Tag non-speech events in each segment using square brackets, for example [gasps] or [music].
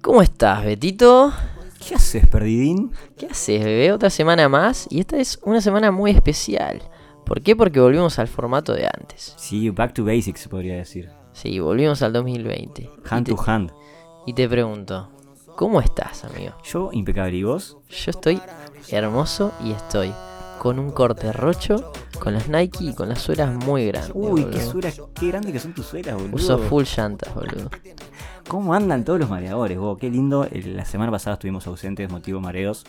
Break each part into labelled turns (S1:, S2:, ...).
S1: ¿Cómo estás, Betito?
S2: ¿Qué haces, perdidín?
S1: ¿Qué haces, bebé? Otra semana más y esta es una semana muy especial. ¿Por qué? Porque volvimos al formato de antes.
S2: Sí, back to basics podría decir.
S1: Sí, volvimos al 2020.
S2: Hand
S1: y,
S2: to
S1: te,
S2: hand.
S1: y te pregunto, ¿cómo estás, amigo?
S2: Yo, impecable. ¿Y vos?
S1: Yo estoy hermoso y estoy con un corte rocho, con las Nike y con las suelas muy grandes.
S2: Uy, qué
S1: boludo.
S2: suelas, qué grande que son tus suelas, boludo.
S1: Uso full llantas, boludo.
S2: ¿Cómo andan todos los mareadores, vos? Qué lindo. Eh, La semana pasada estuvimos ausentes, motivo mareos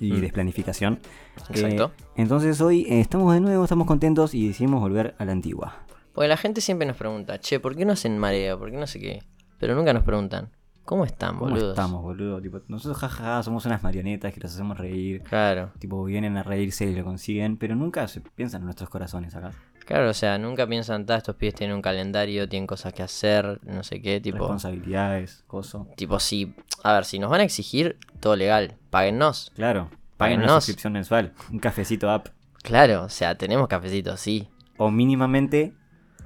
S2: y
S1: Mm.
S2: desplanificación. Eh,
S1: Exacto.
S2: entonces hoy eh, estamos de nuevo, estamos contentos y decidimos volver a la antigua.
S1: Porque la gente siempre nos pregunta, che, ¿por qué no hacen mareo? ¿Por qué no sé qué? Pero nunca nos preguntan, ¿cómo están,
S2: ¿Cómo
S1: boludos?
S2: estamos, boludo? Tipo, nosotros, jajaja, somos unas marionetas que los hacemos reír.
S1: Claro,
S2: Tipo, vienen a reírse y lo consiguen, pero nunca se piensan en nuestros corazones acá.
S1: claro, o sea, nunca piensan, "Ta, estos pibes tienen un calendario, tienen cosas que hacer, no sé qué, tipo.
S2: Responsabilidades, cosas.
S1: Tipo, si, a ver, si nos van a exigir, todo legal, páguennos.
S2: Claro, paguen una
S1: Páguennos.
S2: suscripción mensual, un cafecito app.
S1: Claro, o sea, tenemos cafecitos, sí,
S2: O mínimamente,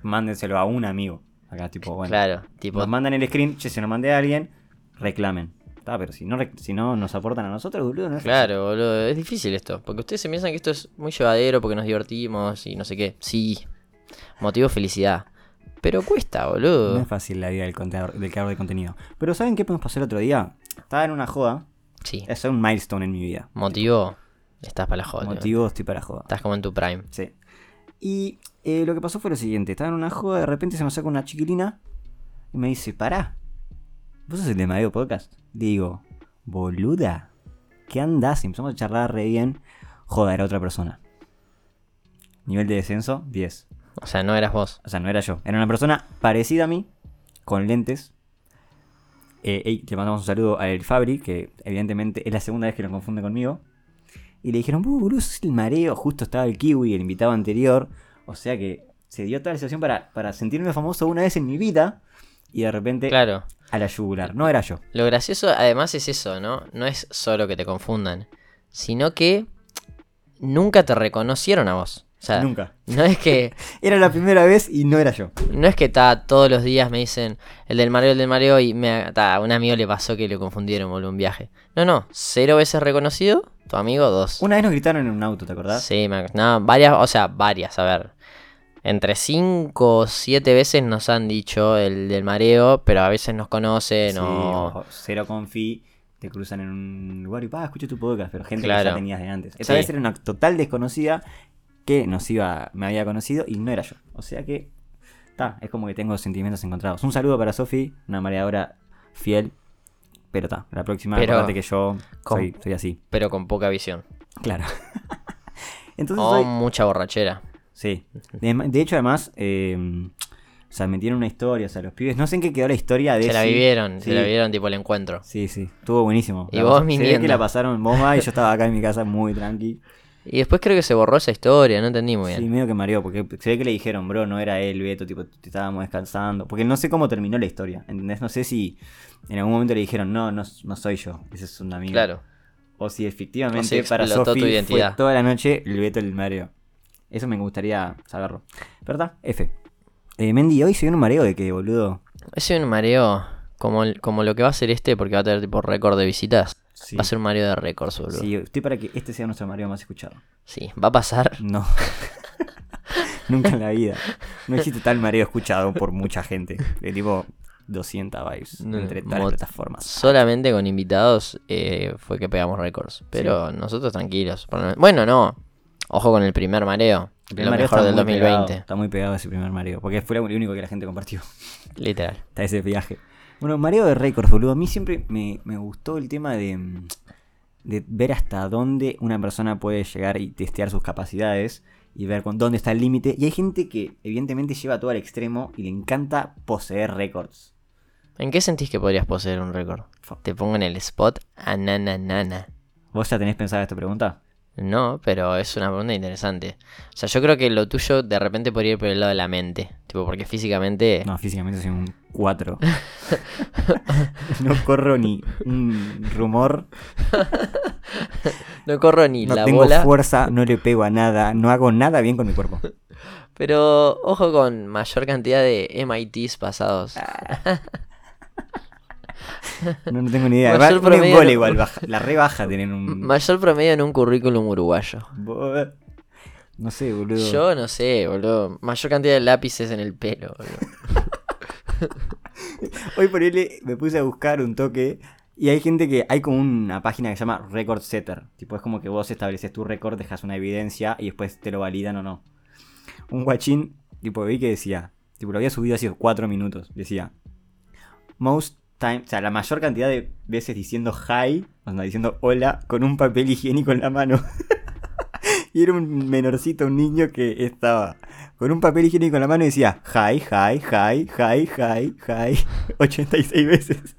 S2: mándenselo a un amigo. Acá, tipo, bueno.
S1: claro, tipo,
S2: Nos mandan el screen, che, si nos mandé a alguien, reclamen. Está, pero si no, rec- si no nos aportan a nosotros, boludo, no es
S1: claro, boludo, es difícil esto, porque ustedes se piensan que esto es muy llevadero porque nos divertimos y no sé qué, sí, motivo felicidad, pero cuesta, boludo.
S2: No es fácil la vida del, contador- del creador de contenido. Pero ¿saben qué podemos pasar el otro día? Estaba en una joda.
S1: Sí.
S2: Es un milestone en mi vida.
S1: Motivo, estás para la joda.
S2: Motivo, estoy para joda.
S1: Estás como en tu prime.
S2: Sí. Y eh, lo que pasó fue lo siguiente. Estaba en una joda, de repente se me saca una chiquilina y me dice, pará, ¿vos sos el de Madeo Podcast? Digo, boluda, ¿qué andás? Y empezamos a charlar re bien. Joda, era otra persona. Nivel de descenso, 10.
S1: O sea, no eras vos.
S2: O sea, no era yo. Era una persona parecida a mí, con lentes. Eh, ey, le mandamos un saludo a El Fabri, que evidentemente es la segunda vez que lo confunde conmigo. Y le dijeron, "Vos, boludo, sos el mareo. Justo estaba el Kiwi, el invitado anterior. O sea que se dio toda la situación para, para sentirme famoso una vez en mi vida. Y de repente
S1: Claro.
S2: a la yugular. No era yo.
S1: Lo gracioso además es eso, ¿no? No es solo que te confundan, sino que nunca te reconocieron a vos. O sea,
S2: Nunca.
S1: no es que
S2: Era la primera vez y no era yo.
S1: no es que ta, todos los días me dicen el del mareo, el del mareo y me ta, a un amigo le pasó que lo confundieron boludo, un viaje. No, no, cero veces reconocido, tu amigo dos.
S2: Una vez nos gritaron en un auto, ¿te acordás?
S1: Sí, me ac- no, varias, o sea, varias, a ver. Entre 5 o 7 veces nos han dicho el del mareo, pero a veces nos conocen
S2: Sí,
S1: o...
S2: ojo, cero confi, te cruzan en un lugar y pa, escucho tu podcast, pero gente que
S1: Claro.
S2: ya tenías de antes. Esa
S1: Sí.
S2: vez era una total desconocida que nos iba, me había conocido y no era yo. O sea que, ta, es como que tengo sentimientos encontrados. Un saludo para Sofi, una mareadora fiel, pero ta, la próxima,
S1: Pero-
S2: acordate que yo
S1: Con-
S2: soy, soy así.
S1: pero con poca visión.
S2: Claro. [laughs] Entonces
S1: O
S2: hoy-
S1: Oh, mucha borrachera.
S2: Sí. De, de hecho, además, eh, o sea, metieron una historia, o sea, los pibes, no sé en qué quedó la historia de
S1: Se la
S2: si-
S1: vivieron,
S2: Eh, sí.
S1: se la vivieron tipo el encuentro.
S2: Sí, sí, estuvo buenísimo.
S1: Y
S2: La-
S1: vos
S2: se ve
S1: mintiendo.
S2: que la pasaron bomba y yo estaba acá en mi casa muy tranqui.
S1: Y después creo que se borró esa historia, no entendí muy
S2: Sí,
S1: bien.
S2: medio que mareó, porque se ve que le dijeron, bro, no era él, Beto, tipo, te estábamos descansando. Porque no sé cómo terminó la historia, ¿entendés? No sé si en algún momento le dijeron, no, no, no soy yo, ese es un amigo.
S1: Claro.
S2: O si efectivamente
S1: O si
S2: para
S1: explotó tu
S2: Sofi fue
S1: identidad.
S2: toda la noche el Beto el mareo. Eso me gustaría saberlo. ¿Verdad? F. Eh, Mendy, hoy se viene un mareo de que, boludo.
S1: Ese es un mareo como, el- como lo que va a ser este, porque va a tener tipo récord de visitas.
S2: Sí.
S1: Va a ser un mareo de récords, boludo.
S2: Sí, estoy para que este sea nuestro mareo más escuchado.
S1: sí, va a pasar.
S2: No. [laughs] Nunca en la vida. No existe tal mareo escuchado por mucha gente. De tipo 200 vibes
S1: No,
S2: entre tales
S1: mot-
S2: plataformas.
S1: Solamente con invitados eh, fue que pegamos récords. Pero nosotros tranquilos. por lo men- Bueno, no. Ojo con el primer mareo.
S2: El primer
S1: lo
S2: mareo
S1: mejor
S2: está
S1: del
S2: muy pegado,
S1: 2020.
S2: está muy pegado ese primer mareo. Porque fue lo único que la gente compartió.
S1: Literal.
S2: Está ese viaje. Bueno, mareo de récords, boludo. A mí siempre me, me gustó el tema de, mm, de ver hasta dónde una persona puede llegar y testear sus capacidades. Y ver con dónde está el límite. Y hay gente que evidentemente lleva todo al extremo y le encanta poseer récords.
S1: ¿En qué sentís que podrías poseer un récord?
S2: Fa-
S1: Te pongo en el spot ananana.
S2: ¿Vos ya tenés pensada esta pregunta?
S1: No, pero es una pregunta interesante. O sea, yo creo que lo tuyo de repente podría ir por el lado de la mente. Tipo, porque físicamente.
S2: No, físicamente soy un 4. [laughs] no corro ni un rumor.
S1: No corro ni
S2: no
S1: la
S2: tengo
S1: bola.
S2: fuerza, no le pego a nada, no hago nada bien con mi cuerpo.
S1: Pero ojo
S2: Ah.
S1: con mayor cantidad de MITs pasados.
S2: No, no tengo ni
S1: [laughs]
S2: idea.
S1: Mayor
S2: Va- un
S1: promedio
S2: gol
S1: no-
S2: igual, baja- la rebaja tienen un.
S1: Mayor promedio en un currículum uruguayo.
S2: Bo- No sé, boludo.
S1: Yo no sé, boludo. Mayor cantidad de lápices en el pelo, boludo.
S2: Hoy por él me puse a buscar un toque. Y hay gente que. Hay como una página que se llama Record Setter. Tipo, es como que vos estableces tu récord, dejas una evidencia y después te lo validan o no. Un guachín, tipo, vi que decía. Tipo, lo había subido hace 4 minutos. Decía. Most time. O sea, la mayor cantidad de veces diciendo hi. O sea, diciendo hola con un papel higiénico en la mano. [laughs] y era un menorcito, un niño que estaba. Con un papel higiénico en la mano y decía, hi, hi, hi, hi, hi, hi, 86 veces. [laughs]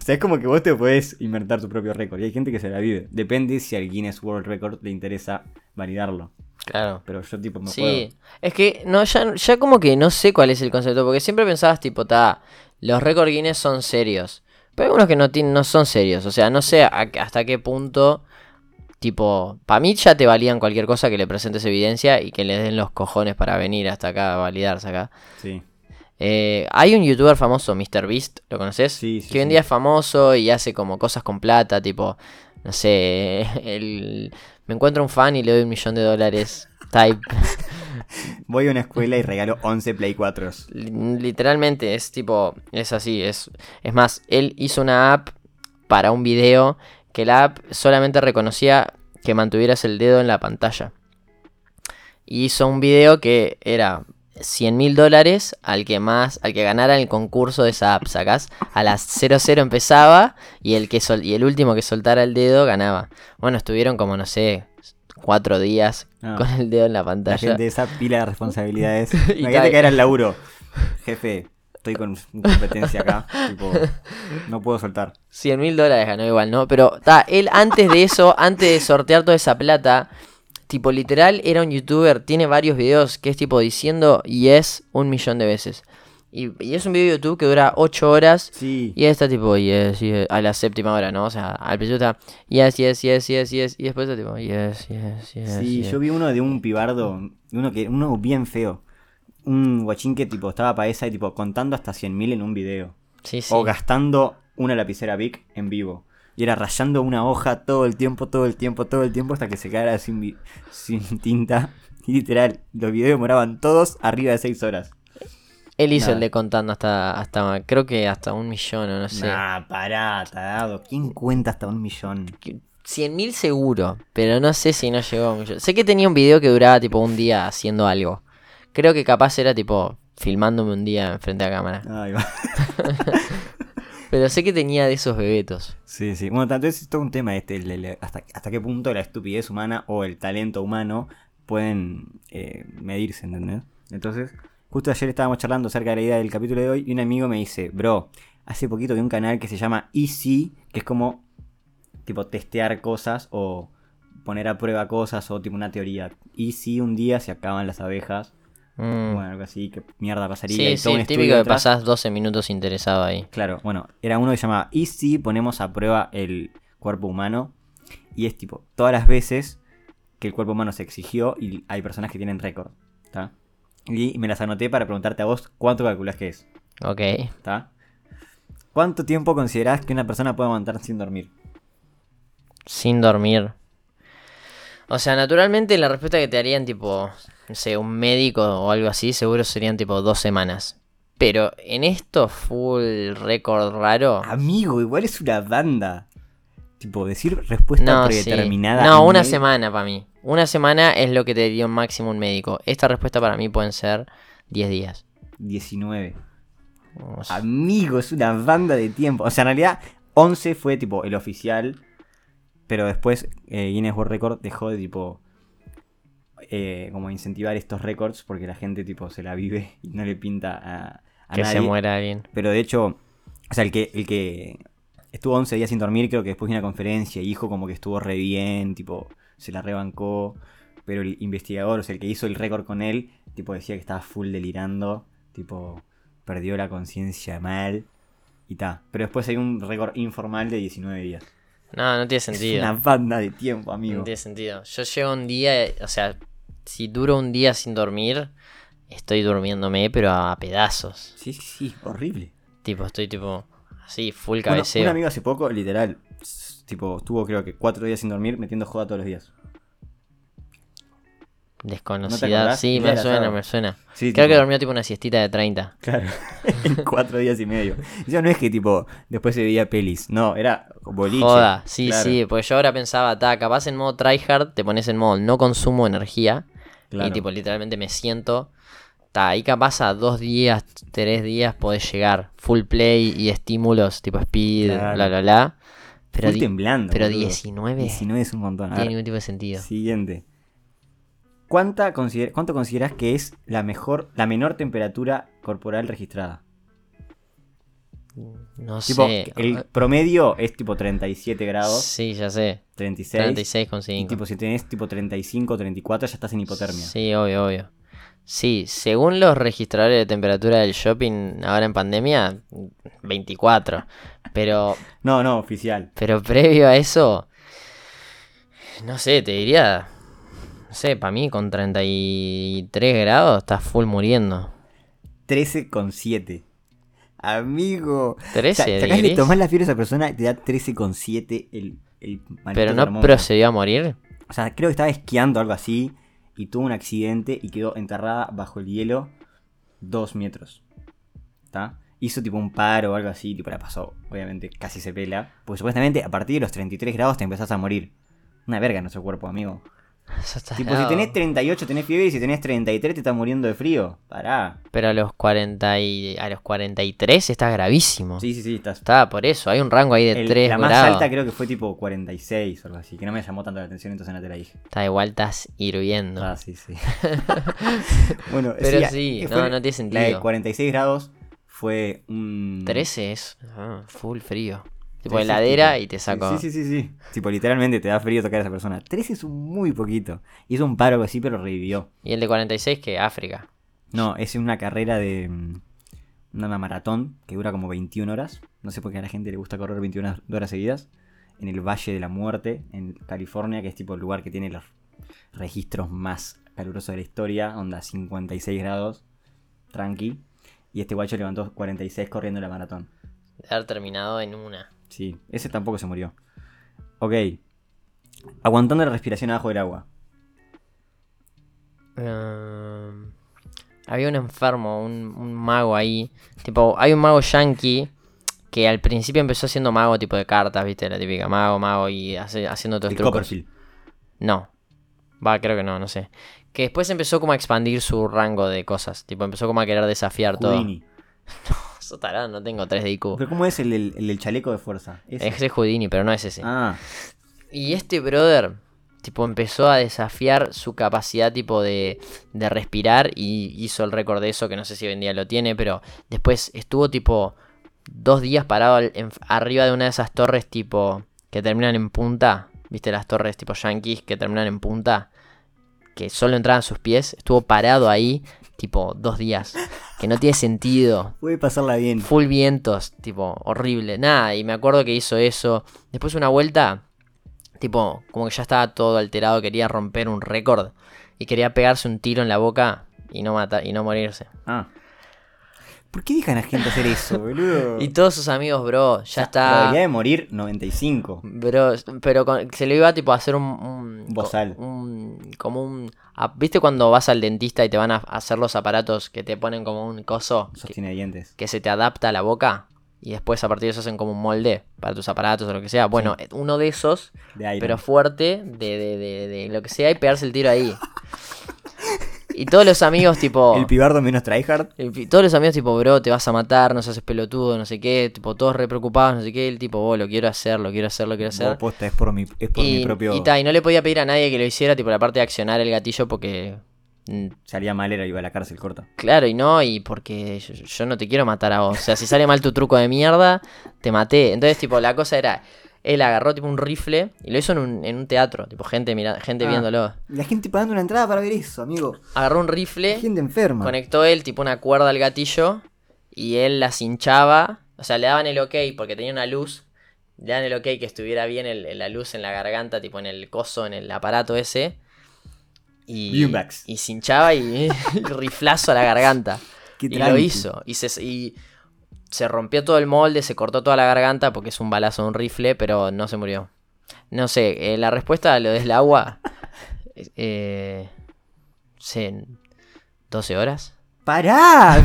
S2: o sea, es como que vos te podés inventar tu propio récord. Y hay gente que se la vive. Depende si al Guinness World Record le interesa validarlo.
S1: Claro.
S2: Pero yo tipo me
S1: Sí, es que no, ya, ya como que no sé cuál es el concepto, porque siempre pensabas tipo, ta, los récord Guinness son serios, pero hay unos que no, tienen- no son serios, o sea, no sé a- hasta qué punto, tipo, para mí ya te valían cualquier cosa que le presentes evidencia y que le den los cojones para venir hasta acá a validarse acá.
S2: juego. Sí.
S1: Eh, hay un youtuber famoso, MrBeast, ¿lo conoces?
S2: Sí, sí,
S1: Que hoy en
S2: sí.
S1: día es famoso y hace como cosas con plata, tipo, no sé, [laughs] el- me encuentro un fan y le doy un millón de dólares. [laughs] Type.
S2: Voy a una escuela y regalo 11 Play 4.
S1: Li- Literalmente es tipo, es así, es, es más, él hizo una app para un video que la app solamente reconocía que mantuvieras el dedo en la pantalla. Y hizo un video que era 100 mil dólares al que más, al que ganara el concurso de esa app, sacás. A las 00 empezaba y el, que sol- y el último que soltara el dedo ganaba. Bueno, estuvieron como, no sé, cuatro días
S2: Ah.
S1: con el dedo en la
S2: La
S1: pantalla.
S2: gente esa pila de responsabilidades.
S1: [laughs] Y
S2: Imagínate
S1: tal.
S2: que era el laburo. Jefe, estoy con competencia acá. tipo, no puedo soltar.
S1: 100 mil dólares ganó igual, ¿no? Pero ta, él antes de eso, antes de sortear toda esa plata, tipo literal era un youtuber, tiene varios videos que es tipo diciendo yes un millón de veces. Y, y es un video de YouTube que dura 8 horas
S2: Sí.
S1: y está tipo yes, yes, a la séptima hora, ¿no? O sea, al principio está yes, yes, yes, yes, yes, y después está tipo yes, yes, yes.
S2: Sí,
S1: yes.
S2: yo vi uno de un pibardo, uno que uno bien feo. Un guachín que tipo estaba para esa y tipo contando hasta 100.000 en un video.
S1: Sí, sí.
S2: O gastando una lapicera Bic en vivo. Y era rayando una hoja todo el tiempo, todo el tiempo, todo el tiempo hasta que se quedara sin, vi- sin tinta. [laughs] Y literal, los videos demoraban todos arriba de 6 horas.
S1: Él hizo
S2: nada.
S1: el de contando hasta, hasta, creo que hasta un millón o no sé.
S2: Nah, pará, tarado. ¿Quién cuenta hasta un millón?
S1: 100.000 seguro, pero no sé si no llegó a un millón. Sé que tenía un video que duraba tipo un día haciendo algo. Creo que capaz era tipo filmándome un día enfrente a cámara.
S2: Ay, va.
S1: Pero sé que tenía de esos bebetos.
S2: Sí, sí. Bueno, tanto es todo un tema este, el- el- hasta, hasta qué punto la estupidez humana o el talento humano pueden eh, medirse, ¿entendés? Entonces, justo ayer estábamos charlando acerca de la idea del capítulo de hoy y un amigo me dice, bro, hace poquito vi un canal que se llama Easy, que es como tipo testear cosas o poner a prueba cosas o tipo una teoría. Y si un día se acaban las abejas,
S1: Mm.
S2: bueno, algo así, que mierda pasaría. y
S1: sí,
S2: todo
S1: sí,
S2: un
S1: el
S2: estudio
S1: típico que
S2: detrás.
S1: pasás 12 minutos interesado ahí.
S2: Claro, bueno, era uno que llamaba ¿Y si ponemos a prueba el cuerpo humano? Y es tipo, todas las veces que el cuerpo humano se exigió y hay personas que tienen récord, ¿está? Y me las anoté para preguntarte a vos cuánto calculás que es,
S1: Ok.
S2: ¿está? ¿Cuánto tiempo considerás que una persona puede aguantar sin dormir?
S1: Sin dormir. O sea, naturalmente la respuesta que te harían tipo, no sé, un médico o algo así, seguro serían tipo dos semanas. Pero en esto full récord raro.
S2: Amigo, igual es una banda. Tipo, decir respuesta
S1: No, sí.
S2: predeterminada.
S1: No,
S2: en
S1: una
S2: medio-
S1: semana para mí. Una semana es lo que te dio máximo un médico. Esta respuesta para mí pueden ser 10 días.
S2: 19.
S1: Vamos.
S2: Amigo, es una banda de tiempo. O sea, en realidad, 11 fue tipo el oficial. Pero después eh, Guinness World Record dejó de tipo. eh, como incentivar estos récords porque la gente tipo se la vive [laughs] y no le pinta a, a
S1: que
S2: nadie.
S1: se muera alguien.
S2: Pero de hecho, o sea, el que, el que estuvo 11 días sin dormir, creo que después de una conferencia y dijo como que estuvo re bien, tipo, se la rebancó. Pero el investigador, o sea, el que hizo el récord con él, tipo, decía que estaba full delirando, tipo, perdió la conciencia mal y ta. Pero después hay un récord informal de 19 días.
S1: No, no tiene
S2: Es
S1: sentido.
S2: una banda de tiempo, amigo.
S1: No tiene sentido. Yo llego un día, eh, o sea, si duro un día sin dormir, estoy durmiéndome, pero a pedazos.
S2: Sí, sí, sí, horrible.
S1: Tipo, estoy tipo. Así, full
S2: Bueno,
S1: cabeceo.
S2: un amigo hace poco, literal, s- tipo, estuvo creo que cuatro días sin dormir metiendo joda todos los días. ¿No te
S1: Desconocida.
S2: acordás?
S1: sí,
S2: Mira
S1: me
S2: la
S1: suena,
S2: saga.
S1: me suena.
S2: Sí,
S1: Creo que
S2: tipo,
S1: dormió tipo una siestita de 30.
S2: Claro, [laughs] en cuatro días y medio. Yo no es que tipo, después se veía pelis, no, era boliche.
S1: Joda, sí,
S2: claro,
S1: sí, porque yo ahora pensaba, ta, capaz en modo tryhard te pones en modo no consumo energía
S2: claro.
S1: y tipo literalmente me siento, ta, ahí capaz a dos días, tres días podés llegar, full play y estímulos tipo speed,
S2: Claro.
S1: bla, bla, bla. Pero,
S2: Full
S1: di-
S2: temblando.
S1: pero
S2: boludo.
S1: 19 no
S2: 19 es un montón. A
S1: tiene
S2: ver,
S1: ningún tipo de sentido.
S2: siguiente. ¿Cuánta consider- ¿Cuánto considerás que es la mejor, la menor temperatura corporal registrada?
S1: No
S2: Tipo,
S1: sé. Ah,
S2: el promedio es tipo 37 grados,
S1: Sí, ya sé.
S2: 36.
S1: 36,5.
S2: Y tipo, si tenés tipo 35, 34, ya estás en hipotermia.
S1: Sí, obvio, obvio. Sí, según los registradores de temperatura del shopping ahora en pandemia, 24. Pero,
S2: No, no, oficial.
S1: pero [laughs] previo a eso, no sé, te diría, no sé, para mí con 33 grados estás full muriendo.
S2: 13,7. Amigo.
S1: 13
S2: Sa- sacás le
S1: dirías,
S2: tomás la fiebre a esa persona y te da 13,7 el, el maldito
S1: pero no
S2: termómetro.
S1: procedió a morir. [laughs]
S2: O sea, creo que estaba esquiando o algo así y tuvo un accidente y quedó enterrada bajo el hielo dos metros. ¿Está? Hizo tipo un paro o algo así, tipo la pasó. Obviamente casi se pela. Porque supuestamente a partir de los 33 grados te empezás a morir. Una verga en nuestro cuerpo, amigo.
S1: Eso está
S2: Tipo, si
S1: helado.
S2: tenés 38 tenés fiebre y si tenés 33 te estás muriendo de frío. Pará.
S1: Pero a los, 40 y, a los 43 estás gravísimo.
S2: Sí, sí, sí, estás.
S1: Está, por eso, hay un rango ahí de
S2: El-
S1: 3
S2: la más
S1: grados.
S2: alta creo que fue tipo 46 o algo así, que no me llamó tanto la atención, entonces no te la dije.
S1: Está igual, estás hirviendo.
S2: Ah,
S1: [laughs]
S2: sí, sí. bueno,
S1: Pero
S2: a-
S1: sí,
S2: fue-
S1: no, no tiene
S2: La de
S1: sentido.
S2: 46 grados fue un.
S1: 13 es ah, full frío. Tipo
S2: Sí, sí,
S1: heladera
S2: tipo-
S1: y te saco.
S2: Sí, sí, sí, sí. Tipo, literalmente te da frío tocar a esa persona. 13 es un muy poquito. Hizo un paro así, pero revivió.
S1: Y el de 46 que África.
S2: No, es una carrera de. mm, Una maratón que dura como 21 horas. No sé por qué a la gente le gusta correr 21 horas seguidas. En el Valle de la Muerte, en California, que es tipo el lugar que tiene los registros más calurosos de la historia, onda 56 grados, tranqui. Y este guacho levantó 46 corriendo la maratón.
S1: De haber terminado en una.
S2: Sí, ese tampoco se murió. Ok. Aguantando la respiración abajo del agua.
S1: Ehm, había un enfermo, un, un mago ahí. Tipo, hay un mago yankee que al principio empezó siendo mago tipo de cartas, viste, la típica mago, mago y hace- haciendo otros
S2: El
S1: trucos.
S2: Copperfield.
S1: No. Va, creo que no, no sé. Que después empezó como a expandir su rango de cosas. Tipo, empezó como a querer desafiar
S2: Houdini.
S1: todo. Eso tarado, no tengo 3 de IQ.
S2: Pero ¿cómo es el, del- el del chaleco de fuerza? Ese.
S1: Ese es Houdini, pero no es ese.
S2: Ah,
S1: Y este brother, tipo, empezó a desafiar su capacidad, tipo, de, de respirar. Y hizo el récord de eso, que no sé si hoy en día lo tiene, pero después estuvo, tipo, dos días parado al- en- arriba de una de esas torres, tipo, que terminan en punta. ¿Viste las torres, tipo, yankees que terminan en punta? Que solo entraban sus pies. Estuvo parado ahí, tipo, dos días. Que no tiene sentido.
S2: puede pasarla bien.
S1: Full vientos, tipo, horrible. Nada, y me acuerdo que hizo eso. Después una vuelta, tipo, como que ya estaba todo alterado, quería romper un récord. Y quería pegarse un tiro en la boca y no matar, y no morirse.
S2: Ah. ¿Por qué dejan a gente
S1: [laughs]
S2: hacer eso, boludo?
S1: Y todos sus amigos, bro, ya
S2: Probabilidad
S1: está.
S2: de morir, 95.
S1: Bro, pero con- se le iba tipo a hacer un. un
S2: Un bozal.
S1: un- como un. a- ¿Viste cuando vas al dentista y te van a hacer los aparatos que te ponen como un coso? que-
S2: Sostiene dientes.
S1: que se te adapta a la boca y después a partir de eso hacen como un molde para tus aparatos o lo que sea. Bueno, eh, uno de esos,
S2: De aire.
S1: pero fuerte, de, de, de, de lo que sea, y pegarse el tiro ahí. Y todos los amigos tipo...
S2: El pibardo menos tryhard.
S1: el pi- Todos los amigos tipo, bro, te vas a matar, no seas pelotudo, no sé qué, tipo, todos re preocupados, no sé qué, el tipo, vos lo quiero hacer, lo quiero hacer, lo quiero hacer.
S2: Vos, posta, es por mi, es por
S1: y,
S2: mi propio.
S1: y ta, y no le podía pedir a nadie que lo hiciera, tipo, la parte de accionar el gatillo porque mm,
S2: Salía mal, era iba a la cárcel corta.
S1: Claro, y no, y porque yo, yo no te quiero matar a vos. O sea, si sale mal tu truco de mierda, te maté. Entonces, tipo, la cosa era, él agarró tipo un rifle y lo hizo en un, en un teatro, tipo, gente mira, gente
S2: Ah.
S1: viéndolo.
S2: La gente pagando una entrada para ver eso, amigo.
S1: Agarró un rifle,
S2: Gente enferma.
S1: conectó él, tipo, una cuerda al gatillo, y él las hinchaba. O sea, le daban el ok porque tenía una luz. Le daban el ok que estuviera bien el- el- la luz en la garganta, tipo en el coso, en el aparato ese. Y,
S2: Viewmax.
S1: y [laughs] se hinchaba y, y riflazo a la garganta.
S2: Qué
S1: Y lo
S2: tranqui.
S1: hizo. Y, se, y se rompió todo el molde, se cortó toda la garganta porque es un balazo de un rifle, pero no se murió. No sé, eh, la respuesta a lo del agua. [laughs] Eh, sé, 12 horas. [laughs]
S2: ¡Pará!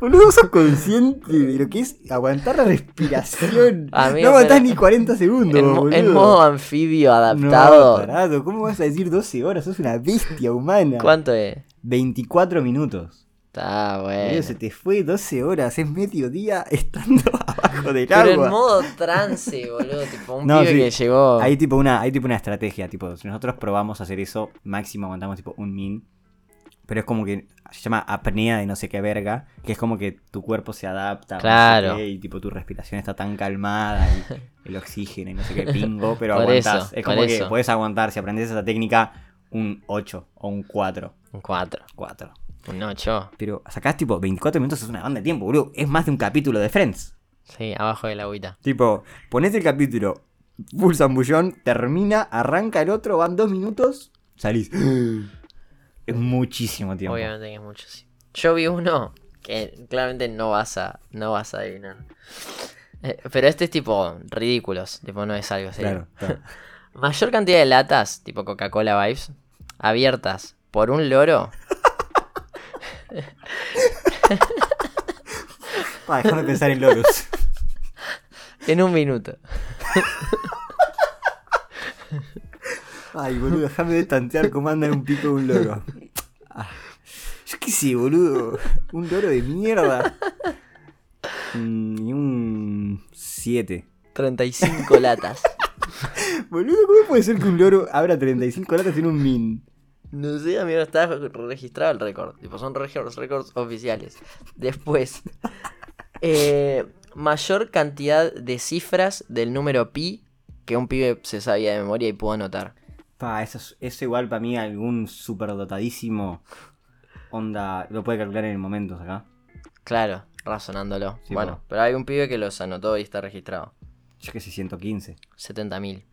S2: Boludo, sos consciente de lo que es aguantar la respiración.
S1: Amigo,
S2: no aguantás
S1: pero-
S2: ni 40 segundos,
S1: En, mo- en
S2: boludo.
S1: modo anfibio
S2: No,
S1: adaptado.
S2: tarado, ¿cómo vas a decir 12 horas? Sos una bestia humana.
S1: ¿Cuánto es?
S2: 24 minutos.
S1: Está
S2: Boludo,
S1: bueno.
S2: se te fue 12 horas, es mediodía estando [laughs] abajo del
S1: Pero en
S2: agua.
S1: modo trance, boludo. Tipo, un
S2: [laughs] No,
S1: pibe
S2: sí.
S1: que llegó.
S2: Hay tipo una, hay tipo una estrategia, tipo, si nosotros probamos hacer eso, máximo aguantamos tipo un min. Pero es como que se llama apnea de no sé qué verga, que es como que tu cuerpo se adapta. o no sé
S1: Claro.
S2: qué, y tipo tu respiración está tan calmada
S1: [laughs]
S2: y el oxígeno y no sé qué pingo, pero
S1: Por
S2: aguantas.
S1: eso,
S2: es
S1: por
S2: como que
S1: eso.
S2: puedes aguantar, si aprendes esa técnica, un 8 o un 4.
S1: Un 4,
S2: 4.
S1: un 8.
S2: Pero sacás tipo 24 minutos, es una banda de tiempo, boludo. Es más de un capítulo de Friends.
S1: Sí, abajo de la agüita.
S2: Tipo, pones el capítulo, pulsa un bullón, termina, arranca el otro, van dos minutos, salís. [gasps] Es muchísimo tiempo.
S1: Obviamente que es mucho, sí. Yo vi uno que claramente no vas a, no vas a adivinar. Eh, pero este es tipo ridículos. Tipo, no es algo serio.
S2: Claro, claro.
S1: Mayor cantidad de latas, tipo Coca-Cola Vibes, abiertas por un loro.
S2: Pa, dejame pensar en [laughs] loros.
S1: En un minuto.
S2: Ay, boludo, déjame de tantear cómo anda en un pico de un loro. Ah, yo qué sé, boludo. Un loro de mierda. Mm, Y un 7. [laughs]
S1: 35 latas.
S2: Boludo, ¿cómo puede ser que un loro abra 35 latas en un min?
S1: No sé, amigo, está registrado el récord. Tipo, son reg- récords oficiales. Después, eh, mayor cantidad de cifras del número pi que un pibe se sabía de memoria y pudo anotar.
S2: Pa, eso, es- eso igual para mí algún superdotadísimo onda, lo puede calcular en el momento acá.
S1: Claro, razonándolo.
S2: Sí,
S1: bueno,
S2: po.
S1: pero hay un pibe que los anotó y está registrado.
S2: Yo que sé, 115.
S1: 70.000.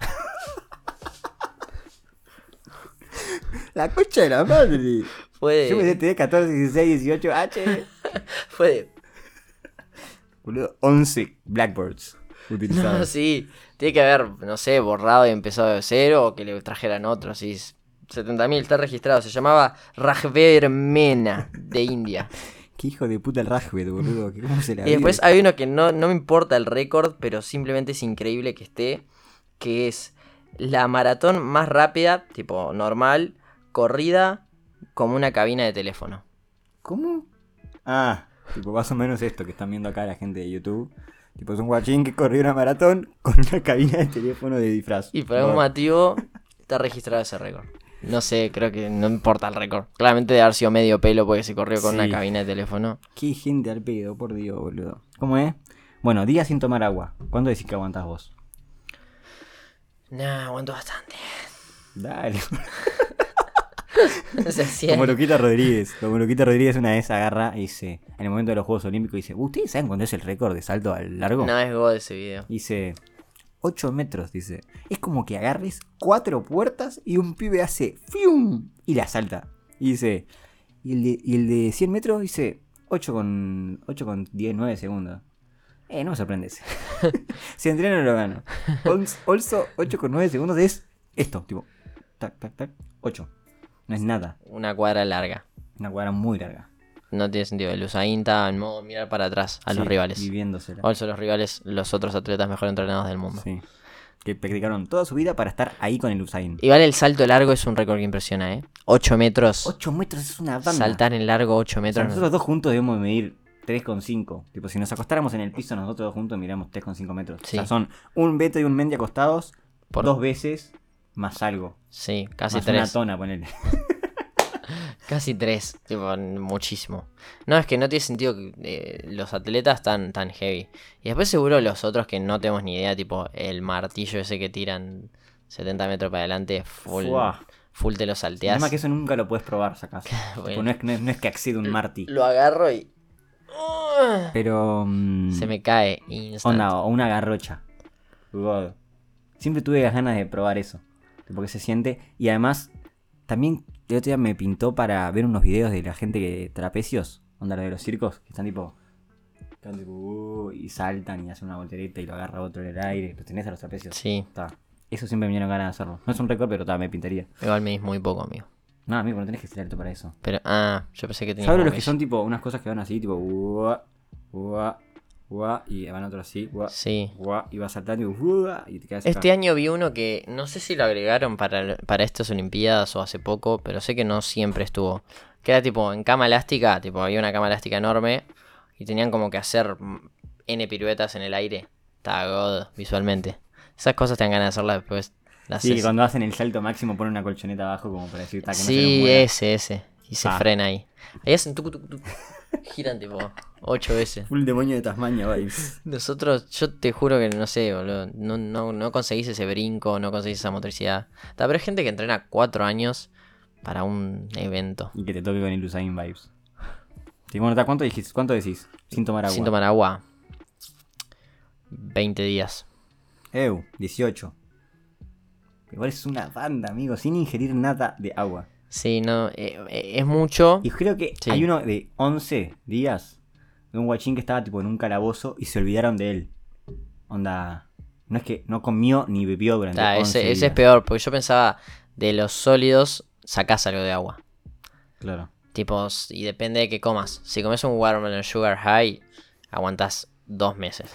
S2: [laughs] La cocha de la madre. Eh.
S1: Fue
S2: [laughs] Yo me
S1: de.
S2: tener 14, 16, 18, H.
S1: Fue de.
S2: Boludo, 11 Blackbirds utilizados.
S1: No, [laughs] sí. Tiene que haber, no sé, borrado y empezado de cero o que le trajeran otro, sí. 70.000 está registrado. Se llamaba Rajver Mena de India.
S2: Qué hijo de puta el Rajbet, boludo. que ¿Cómo se [laughs] la
S1: Y después ah. hay uno que no, no me importa el récord, pero simplemente es increíble que esté, que es la maratón más rápida, tipo normal, corrida, como una cabina de teléfono.
S2: ¿Cómo? Ah, tipo más o menos esto que están viendo acá la gente de YouTube. Tipo, es un guachín que corrió una maratón con una cabina de teléfono de disfraz.
S1: Y por algún
S2: Bueno.
S1: motivo está registrado ese récord. No sé, creo que no importa el récord. Claramente de haber sido medio pelo porque se corrió con
S2: Sí.
S1: una cabina de teléfono.
S2: Qué gente al pedo, por Dios, boludo. ¿Cómo es? Bueno, días sin tomar agua. ¿Cuándo decís que aguantás vos?
S1: Nah, aguanto bastante. [laughs]
S2: Dale.
S1: O sea, sí,
S2: Como Luquita Rodríguez. Como Luquita Rodríguez una vez agarra y dice, en el momento de los Juegos Olímpicos, dice, ¿ustedes saben cuándo es el récord de salto al largo?
S1: no es God ese video.
S2: Dice, 8 metros, dice. Es como que agarres cuatro puertas y un pibe hace ¡fium! y la salta. Y dice, y el de, y el de 100 metros dice, 8 con, 8 con 10, 9 segundos. Eh, no me sorprende ese. [laughs] si entreno lo gano. Ons- Also, 8 con 9 segundos es esto, tipo, tac, tac, tac, 8. No es nada.
S1: Una cuadra larga.
S2: Una cuadra muy larga.
S1: No tiene sentido. El Usain está en modo mirar para atrás a los
S2: Sí,
S1: rivales.
S2: Viviéndosela.
S1: Also, los rivales, los otros atletas mejor entrenados del mundo.
S2: Sí. Que practicaron toda su vida para estar ahí con el Usain.
S1: Igual el salto largo es un récord que impresiona, ¿eh? 8 metros.
S2: 8 metros es una banda.
S1: Saltar en largo 8
S2: O sea,
S1: metros.
S2: nosotros dos juntos debemos medir 3,5. Tipo, si nos acostáramos en el piso, nosotros dos juntos miramos 3,5 metros.
S1: Sí.
S2: O sea, son un Beto y un Mendy acostados
S1: Por- Ah,
S2: dos veces más algo.
S1: Sí, casi
S2: más
S1: 3.
S2: una tona, ponele.
S1: Casi tres, tipo, n- muchísimo. No, es que no tiene sentido que eh, los atletas tan, tan heavy. Y después seguro los otros que no tenemos ni idea, tipo el martillo ese que tiran 70 metros para adelante, [laughs] full,
S2: Fuá.
S1: full te lo
S2: El
S1: salteás.
S2: tema
S1: [laughs]
S2: es que eso nunca lo puedes probar, sacás.
S1: Bueno.
S2: Tipo, no, es, no es- no es que acceda un Marty.
S1: Lo agarro y...
S2: Pero. mm,
S1: Se me cae instant.
S2: Onda, o una garrocha. God. Siempre tuve las ganas de probar eso. Porque se siente. Y además, también el otro día me pintó para ver unos videos de la gente que. trapecios. Onda, los de los circos. Que están tipo. que hacen "Uh", y saltan y hacen una voltereta y lo agarra otro en el aire. Los tenés a los trapecios.
S1: Sí,
S2: Ta. Eso siempre me dieron ganas de hacerlo. No es un récord, pero ta, me pintaría.
S1: igual me muy poco, amigo.
S2: No, amigo, no tenés que estirarte para eso.
S1: Pero, ah, yo pensé que tenía.
S2: ¿Sabes
S1: como
S2: los que
S1: que-
S2: son tipo unas cosas que van así, tipo "Ua, ua, ua", y van otro así, uh, "Ua,
S1: Sí.
S2: ua", y vas saltando y "Ua", y te quedas
S1: Este año vi uno que no sé si lo agregaron para, para estas Olimpiadas o hace poco, pero sé que no siempre estuvo. Que era tipo en cama elástica, tipo había una cama elástica enorme y tenían como que hacer mm, N piruetas en el aire. Está god, visualmente. Esas cosas te dan ganas de hacerlas después. Las
S2: Sí, que
S1: haces.
S2: cuando hacen el salto máximo ponen una colchoneta abajo como para decir, "Ta, que no se nos
S1: Sí,
S2: muera".
S1: ese, ese. Y se
S2: Ah.
S1: frena ahí. Ahí hacen tucu, tucu, tucu. Giran tipo ocho veces.
S2: Full demonio de Tasmania,
S1: [laughs]
S2: vibes.
S1: Nosotros, yo te juro que no sé, boludo. No, no, no conseguís ese brinco, no conseguís esa motricidad. Ta, pero hay gente que entrena cuatro años para un evento.
S2: Y que te toque con el Usain vibes. Sí, bueno, ta, ¿cuánto, dijiste, ¿cuánto decís? Sin tomar agua.
S1: Sin tomar agua. 20 días.
S2: Eu, 18. Igual es una banda, amigo, sin ingerir nada de agua.
S1: Sí, no, eh, eh, es mucho.
S2: Y creo que
S1: Sí.
S2: hay uno de 11 días de un guachín que estaba tipo en un calabozo y se olvidaron de él. Onda, no es que no comió ni bebió durante
S1: Ta,
S2: 11
S1: Ah, ese,
S2: días.
S1: ese es peor, porque yo pensaba, de los sólidos sacás algo de agua.
S2: Claro.
S1: Tipo, s- y depende de qué comas. Si comes un watermelon sugar high, aguantás dos meses.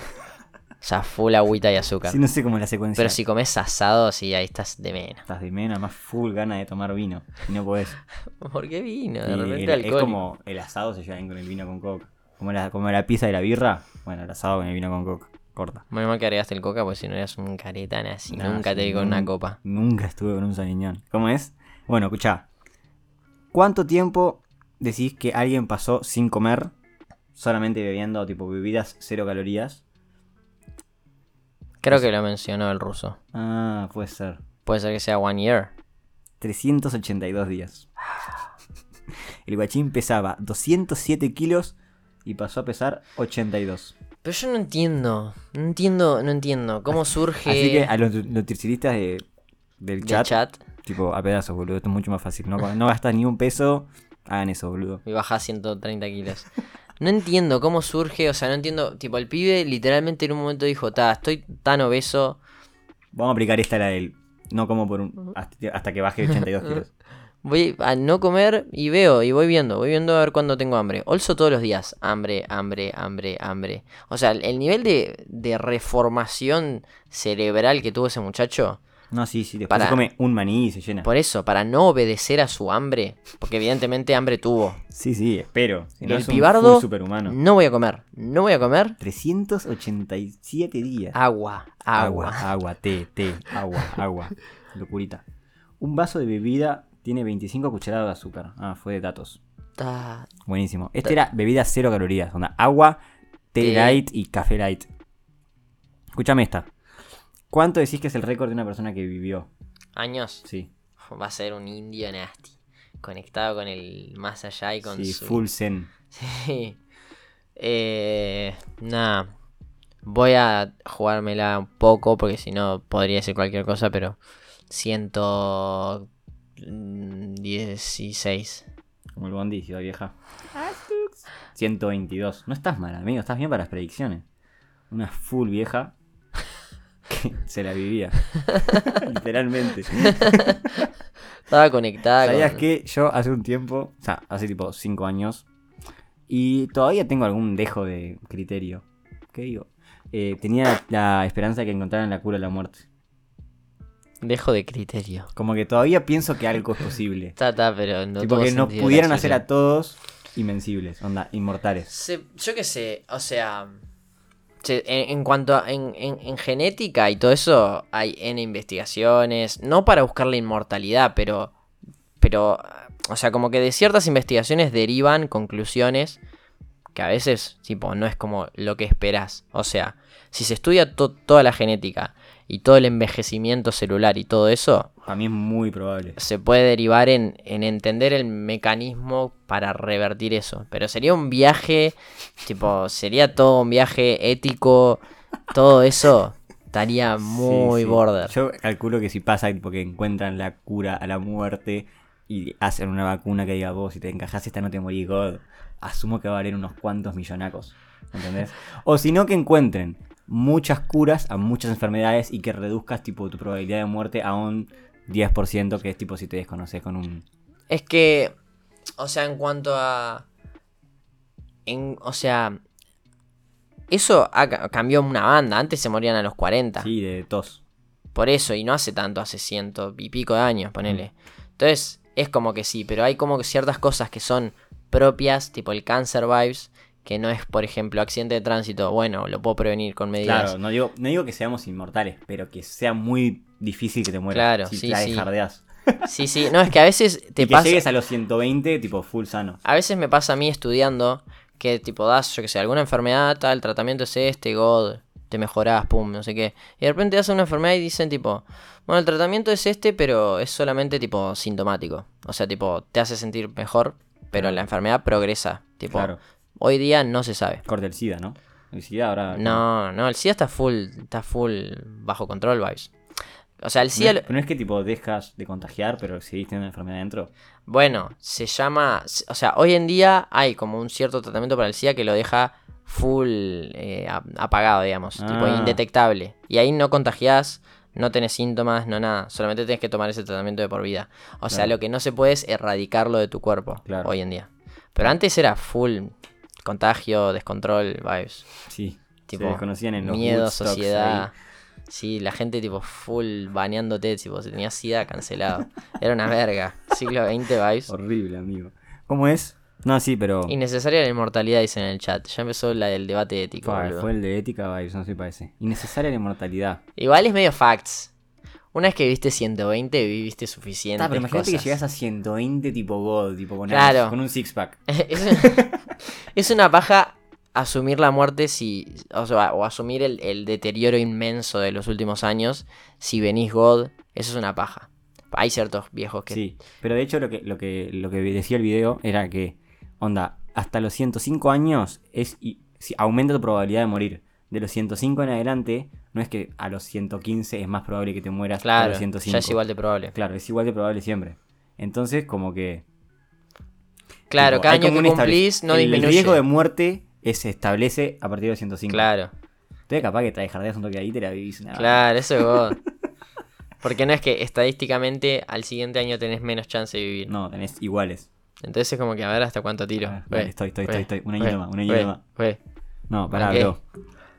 S1: O sea, full agüita y azúcar.
S2: Sí, no sé cómo es la secuencia.
S1: Pero si comes asado, sí, ahí estás de mena.
S2: Estás de mena, más full gana de tomar vino. Y no podés.
S1: [laughs] ¿Por qué vino? [laughs] De
S2: Y el-
S1: repente
S2: es
S1: alcohol.
S2: como el asado se lleva bien con el vino con coca. Como la, como la pizza y la birra, bueno, el asado con el vino con coca. Corta.
S1: Muy mal que agregaste el coca, porque si no eras un caretana así.
S2: Nah,
S1: nunca
S2: sí,
S1: te vi con una
S2: nun-
S1: copa.
S2: Nunca estuve con un saniñón. ¿Cómo es? Bueno, escuchá. ¿Cuánto tiempo decís que alguien pasó sin comer, solamente bebiendo, tipo, bebidas cero calorías?
S1: Creo que lo mencionó el ruso.
S2: Ah, puede ser.
S1: Puede ser que sea one year.
S2: 382 días. El guachín pesaba 207 kilos y pasó a pesar 82.
S1: Pero yo no entiendo. No entiendo, no entiendo. ¿Cómo surge
S2: Así que a los nu- nutricionistas de- del
S1: del
S2: chat,
S1: chat?
S2: tipo, a pedazos, boludo. Esto es mucho más fácil. No, [laughs] no gastas ni un peso. Hagan eso, boludo.
S1: y bajás 130 kilos? No entiendo cómo surge, o sea, no entiendo. Tipo, el pibe literalmente en un momento dijo, ta, estoy tan obeso,
S2: Vamos a aplicar esta la del. No como por un. Hasta, hasta que
S1: [laughs]
S2: baje 82 kilos.
S1: Voy a no comer y veo, y voy viendo, voy viendo a ver cuándo tengo hambre. Also todos los días, hambre, hambre, hambre, hambre. O sea, el, el nivel de, de reformación cerebral que tuvo ese muchacho,
S2: No, sí, sí. Después
S1: Para.
S2: se come un maní y se llena.
S1: por eso, para no obedecer a su hambre, porque evidentemente hambre tuvo.
S2: Sí, sí, espero. Si no,
S1: el
S2: es un
S1: pibardo,
S2: full superhumano.
S1: no voy a comer, no voy a comer
S2: 387 días.
S1: agua, agua.
S2: agua, agua, té, té,
S1: [laughs]
S2: agua, agua. Locurita. Un vaso de bebida tiene 25 cucharadas de azúcar. Ah, fue de datos.
S1: Ta-
S2: Buenísimo. Este era bebida cero calorías. Onda, agua, té
S1: Té.
S2: light y café light. Escúchame esta. ¿Cuánto decís que es el récord de una persona que vivió?
S1: Años,
S2: Sí.
S1: va a ser un indio nasty, conectado con el más allá y con
S2: sí,
S1: su...
S2: full zen.
S1: Sí. Eh, nada. Voy a jugármela un poco porque si no podría decir cualquier cosa, pero mm, 116.
S2: Como el Bondi, ciudad vieja. 122. No estás mal, amigo. Estás bien para las predicciones. Una
S1: [laughs]
S2: full vieja que se la vivía. Literalmente.
S1: Estaba conectada
S2: ¿Sabías
S1: con-
S2: que yo hace un tiempo, o sea, hace tipo 5 años, y todavía tengo algún dejo de criterio? ¿Qué digo? Eh, tenía la esperanza de que encontraran la cura de la muerte.
S1: Dejo de criterio.
S2: Como que todavía pienso que algo es posible.
S1: Ta, ta, pero [laughs] no
S2: tipo
S1: tuvo
S2: que nos
S1: sentido la
S2: pudieron hacer a
S1: discusión.
S2: todos invencibles, onda, inmortales.
S1: Se- yo qué sé, o sea. se- en, en cuanto a. En, en- en genética y todo eso, hay N investigaciones. No para buscar la inmortalidad, pero. Pero. O sea, como que de ciertas investigaciones derivan conclusiones que a veces, tipo, no es como lo que esperás. O sea, si se estudia to- toda la genética y todo el envejecimiento celular y todo eso,
S2: Para mí es muy probable.
S1: se puede derivar en, en entender el mecanismo para revertir eso. Pero sería un viaje, tipo, sería todo un viaje ético, todo eso estaría muy
S2: Sí, sí.
S1: border.
S2: Yo calculo que si pasa porque encuentran la cura a la muerte y hacen una vacuna que diga vos, si te encajas esta no te morís, God. Asumo que va a valer unos cuantos millonacos.
S1: [laughs]
S2: ¿Entendés? O si no, que encuentren muchas curas a muchas enfermedades y que reduzcas tipo tu probabilidad de muerte a un 10%, que es tipo si te desconoces con un.
S1: Es que, o sea, en cuanto a... en- o sea, eso ha ca- cambió una banda. Antes se morían a los 40.
S2: Sí, de tos.
S1: Por eso, y no hace tanto, hace ciento y pico de años, ponele.
S2: Mm.
S1: Entonces, es como que sí, pero hay como que ciertas cosas que son propias, tipo el cancer vibes, que no es, por ejemplo, accidente de tránsito. Bueno, lo puedo prevenir con medidas.
S2: Claro, no digo, no digo que seamos inmortales, pero que sea muy difícil que te mueras.
S1: Claro,
S2: si
S1: sí,
S2: la
S1: sí.
S2: dejardeás.
S1: Sí, sí, no, es que a veces te
S2: Y que
S1: pasa.
S2: llegues a los 120, tipo full sano.
S1: A veces me pasa a mí estudiando que tipo das, yo que sé, alguna enfermedad, tal, el tratamiento es este, God, te mejorás, pum, no sé qué. Y de repente das una enfermedad y dicen tipo, bueno, el tratamiento es este, pero es solamente tipo sintomático. O sea, tipo, te hace sentir mejor, pero la enfermedad progresa. Tipo,
S2: Claro.
S1: hoy día no se sabe.
S2: Corte el SIDA, ¿no? El SIDA ahora.
S1: No, no, el SIDA está full, está full bajo control, vibes. O sea, el
S2: No
S1: SIDA... lo-
S2: es, no es que tipo dejas de contagiar, pero seguís teniendo la enfermedad dentro.
S1: Bueno, se llama. O sea, hoy en día hay como un cierto tratamiento para el SIDA que lo deja full eh, a- apagado, digamos, tipo
S2: Ah.
S1: indetectable. Y ahí no contagiás, no tenés síntomas, no nada. Solamente tenés que tomar ese tratamiento de por vida. O sea,
S2: Claro.
S1: lo que no se puede es erradicarlo de tu cuerpo
S2: Claro.
S1: hoy en día. Pero antes era full contagio, descontrol, vibes.
S2: Sí.
S1: Tipo,
S2: se desconocían en los
S1: miedo,
S2: Woodstocks
S1: sociedad.
S2: ahí.
S1: Sí, la gente tipo full baneándote, tipo, si tenías SIDA cancelado. Era una verga. Siglo XX vibes.
S2: Horrible, amigo. ¿Cómo es? No, sí, pero.
S1: Innecesaria la inmortalidad, dicen en el chat. Ya empezó la del debate ético,
S2: Fua,
S1: boludo.
S2: fue el de ética, vibes, no sé para ese. Innecesaria la inmortalidad.
S1: Igual es medio facts. Una vez que viste 120, viviste suficiente.
S2: Ah, pero imagínate que llegas a 120 tipo God, tipo con,
S1: Claro.
S2: con un six pack.
S1: [laughs] es, una, [laughs] es una paja asumir la muerte si. O, sea, o asumir el, el deterioro inmenso de los últimos años. Si venís God, eso es una paja. Hay ciertos viejos que.
S2: Sí. Pero de hecho lo que, lo que, lo que decía el video era que, onda, hasta los 105 años es y, si aumenta tu probabilidad de morir. De los 105 en adelante, no es que a los 115 es más probable que te mueras a
S1: claro,
S2: los 105.
S1: ya es igual de probable.
S2: Claro, es igual de probable siempre. Entonces, como que...
S1: Claro,
S2: tipo,
S1: cada
S2: hay
S1: año
S2: como
S1: que
S2: un estable-
S1: cumplís no
S2: el,
S1: disminuye.
S2: El riesgo de muerte es- se establece a partir de los 105.
S1: Claro.
S2: Entonces capaz que te dejardeas un toque ahí y te la vivís una...
S1: Claro, eso es God. Porque no es que estadísticamente al siguiente año tenés menos chance de vivir.
S2: No, Ah, tenés iguales.
S1: Entonces es como que a ver hasta cuánto tiro.
S2: A ver,
S1: Ve,
S2: dale, estoy, estoy,
S1: ve,
S2: estoy, estoy. Un
S1: ve,
S2: año más, un año
S1: ve,
S2: más.
S1: ve.
S2: No, pará,
S1: ¿Qué?
S2: bro.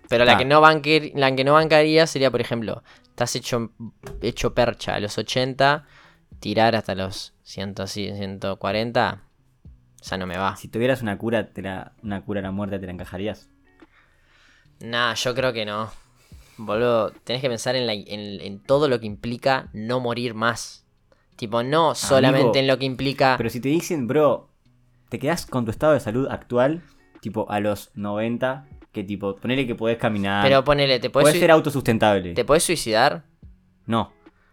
S1: Pero la
S2: Ah.
S1: que no banque- la que no bancaría sería, por ejemplo, estás hecho, hecho percha a los 80, tirar hasta los 100, sí, 140, ya no me va.
S2: Si tuvieras una cura, te la, una cura a la muerte, ¿te la encajarías?
S1: Nah, yo creo que no. Boludo, tenés que pensar en, la- en- en todo lo que implica no morir más. Tipo, no solamente en lo que implica...
S2: Pero si te dicen, bro, te quedás con tu estado de salud actual, tipo a los 90, que tipo, ponele que podés caminar.
S1: Pero ponele, te
S2: podés
S1: puedes
S2: Ah. ser autosustentable.
S1: ¿Te podés suicidar?
S2: No.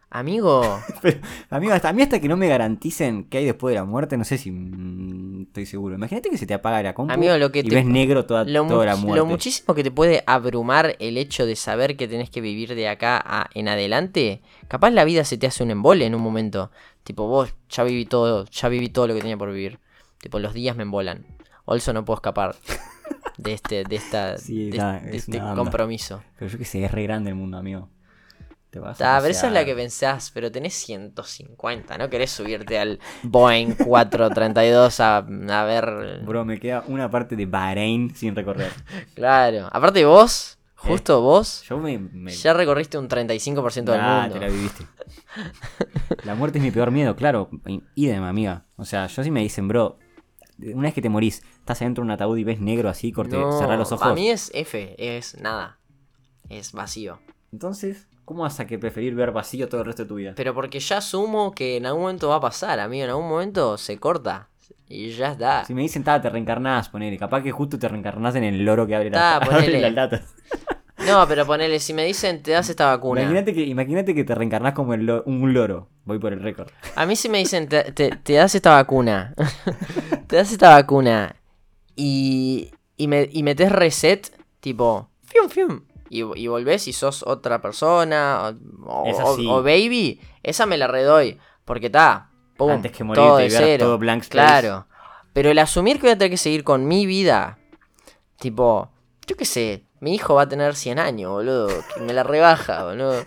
S1: Amigo,
S2: Pero, amigo, hasta, a mí hasta que no me garanticen qué hay después de la muerte, no sé si mm, estoy seguro. Imagínate que se te apaga la compu
S1: Amigo, lo que
S2: y
S1: te-
S2: ves negro toda,
S1: lo,
S2: toda la
S1: much-
S2: muerte.
S1: lo muchísimo que te puede abrumar el hecho de saber que tenés que vivir de acá a, en adelante, capaz la vida se te hace un embole en un momento. Tipo, vos ya viví todo, ya viví todo lo que tenía por vivir. Tipo, los días me embolan. Also no puedo escapar de este, de esta,
S2: [laughs] Sí,
S1: de,
S2: nada,
S1: de
S2: es
S1: este
S2: una banda.
S1: compromiso.
S2: Pero yo que sé, es re grande el mundo, amigo. Te vas
S1: Ta, pero esa es la
S2: pasear.
S1: que pensás, pero tenés 150, no querés subirte al Boeing 432 a, a ver
S2: Bro, me queda una parte de Bahrein sin recorrer.
S1: Claro. Aparte vos, justo vos,
S2: Eh, Yo me. me-
S1: ya recorriste un 35% del
S2: Ah,
S1: mundo.
S2: te la viviste. la muerte es mi peor miedo, claro. Idem, amiga. O sea, yo sí me dicen, bro, una vez que te morís, estás adentro de un ataúd y ves negro así, corte,
S1: No,
S2: cerrar los
S1: Para
S2: ojos.
S1: mí es F, es nada. Es vacío.
S2: Entonces, ¿cómo vas a que preferir ver vacío todo el resto de tu vida?
S1: Pero porque ya asumo que en algún momento va a pasar, amigo. En algún momento se corta. Y ya está.
S2: Si me dicen, ta, te reencarnás, ponele. Capaz que justo te reencarnás en el loro que abre,
S1: Ta,
S2: la- [laughs] abre
S1: ponele.
S2: las latas.
S1: No, pero ponele, si me dicen te das esta vacuna.
S2: Imagínate que, imagínate que te reencarnás como el lo- un loro. Voy por el récord.
S1: A mí si me dicen te, te- te das esta vacuna. [laughs] te das esta vacuna. Y, y, me, y metes reset, tipo, fium, fium. Y, y volvés y sos otra persona. O, o-
S2: Esa
S1: o-
S2: sí.
S1: o baby, esa me la redoy. Porque está, pum,
S2: Antes que morirte
S1: todo
S2: y
S1: de
S2: veas
S1: cero.
S2: todo blank space.
S1: Claro. Pero el asumir que voy a tener que seguir con mi vida, tipo, Yo qué sé, mi hijo va a tener 100 años, boludo. Que me la rebaja, boludo.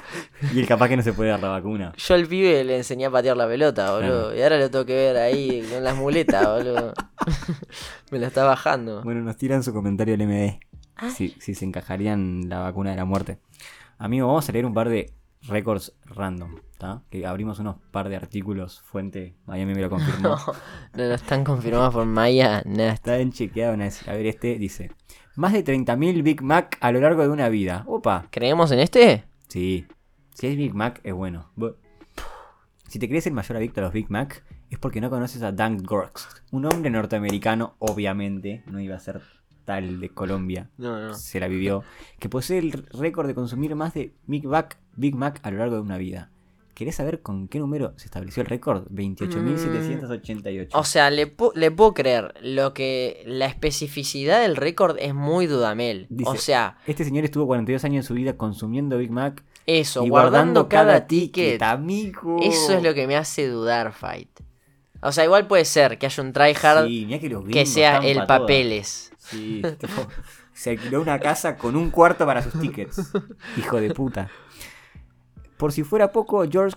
S2: Y el capaz que no se puede dar la vacuna.
S1: Yo al pibe le enseñé a patear la pelota, boludo. Y ahora lo tengo que ver ahí con las muletas,
S2: [laughs]
S1: boludo. me la está bajando.
S2: Bueno, nos tiran su comentario el MD. Si, si se encajarían la vacuna de la muerte. Amigo, vamos a leer un par de récords random, ¿tá? Que abrimos unos par de artículos, fuente, Miami me lo confirmó.
S1: No, no, no están confirmados por Maya. Nada.
S2: Está bien chequeado, Nancy. A ver, este dice: Más de 30.000 Big Mac a lo largo de una vida. Opa.
S1: ¿Creemos en este?
S2: Sí. Si es Big Mac, es bueno. Bu- Si te crees el mayor adicto a los Big Mac, es porque no conoces a Dan Gorst. Un hombre norteamericano, obviamente, no iba a ser tal de Colombia.
S1: No, no.
S2: [laughs] Se la vivió. Que posee el récord de consumir más de Big Mac, Big Mac a lo largo de una vida. ¿Querés saber con qué número se estableció el récord?
S1: Mm,
S2: 28.788.
S1: O sea, le, pu- le puedo creer. Lo que. La especificidad del récord es muy dudamel.
S2: Dice-
S1: o sea,
S2: Este señor estuvo 42 años de su vida consumiendo Big Mac
S1: eso,
S2: y
S1: guardando, cada, ticket.
S2: amigo.
S1: Eso es lo que me hace dudar, Fight. O sea, igual puede ser que haya un tryhard
S2: Sí, mirá que los
S1: que
S2: gringos
S1: sea
S2: están
S1: el
S2: pa' todas.
S1: papeles. [laughs]
S2: Sí, tipo, se alquiló una casa con un cuarto para sus tickets. Hijo de puta. Por si fuera poco, George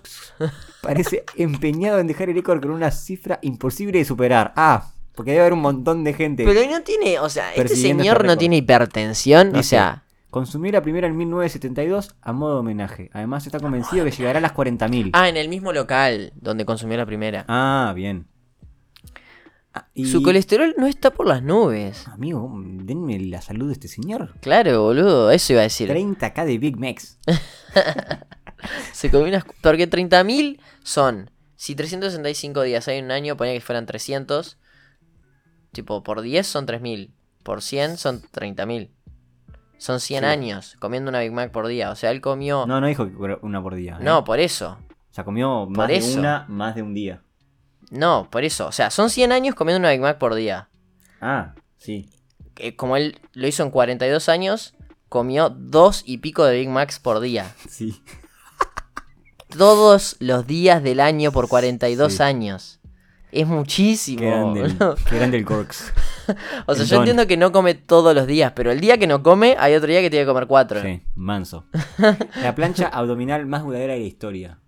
S2: parece empeñado en dejar el récord con una cifra imposible de superar. Ah, porque debe haber un montón de gente.
S1: Pero no tiene, o sea, este
S2: Persiguiendo
S1: señor
S2: este
S1: no
S2: récord.
S1: tiene hipertensión. o
S2: Dice,
S1: sea,
S2: Consumió la primera en 1972 a modo de homenaje. Además, está convencido que llegará a las 40.000.
S1: ah, en el mismo local donde consumió la primera.
S2: Ah, bien. Ah, y-
S1: Su colesterol no está por las nubes.
S2: Amigo, denme la salud de este señor.
S1: Claro, boludo, eso iba a decir.
S2: 30k de Big Macs.
S1: Se comió unas. Porque 30.000 son. Si 365 días hay un año, ponía que fueran 300. Tipo, por 10 son 3.000. Por 100 son 30.000. Son 100
S2: Sí.
S1: años comiendo una Big Mac por día. O sea, él comió. No,
S2: No, no dijo que fuera una por día. ¿eh?
S1: por eso.
S2: O sea, comió más de
S1: eso.
S2: una, más de un día.
S1: No, por eso. O sea, son 100 años comiendo una Big Mac por día.
S2: Ah, sí.
S1: Que eh, como él lo hizo en 42 años, comió dos y pico de Big Macs por día.
S2: Sí.
S1: Todos los días del año por 42
S2: Sí.
S1: años. Es muchísimo.
S2: Qué grande, el-
S1: boludo.
S2: qué grande el Corks.
S1: [laughs] O sea,
S2: El
S1: yo
S2: don.
S1: entiendo que no come todos los días, pero el día que no come, hay [laughs] otro día que tiene que comer cuatro.
S2: Sí,
S1: [laughs]
S2: manso. La plancha abdominal más duradera de la historia.